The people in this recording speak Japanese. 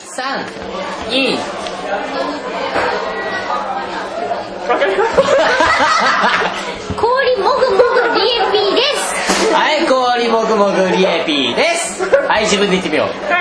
三、二。氷もぐもぐリエピーですはい、氷もぐもぐリエピーです。はい、自分で言ってみよう。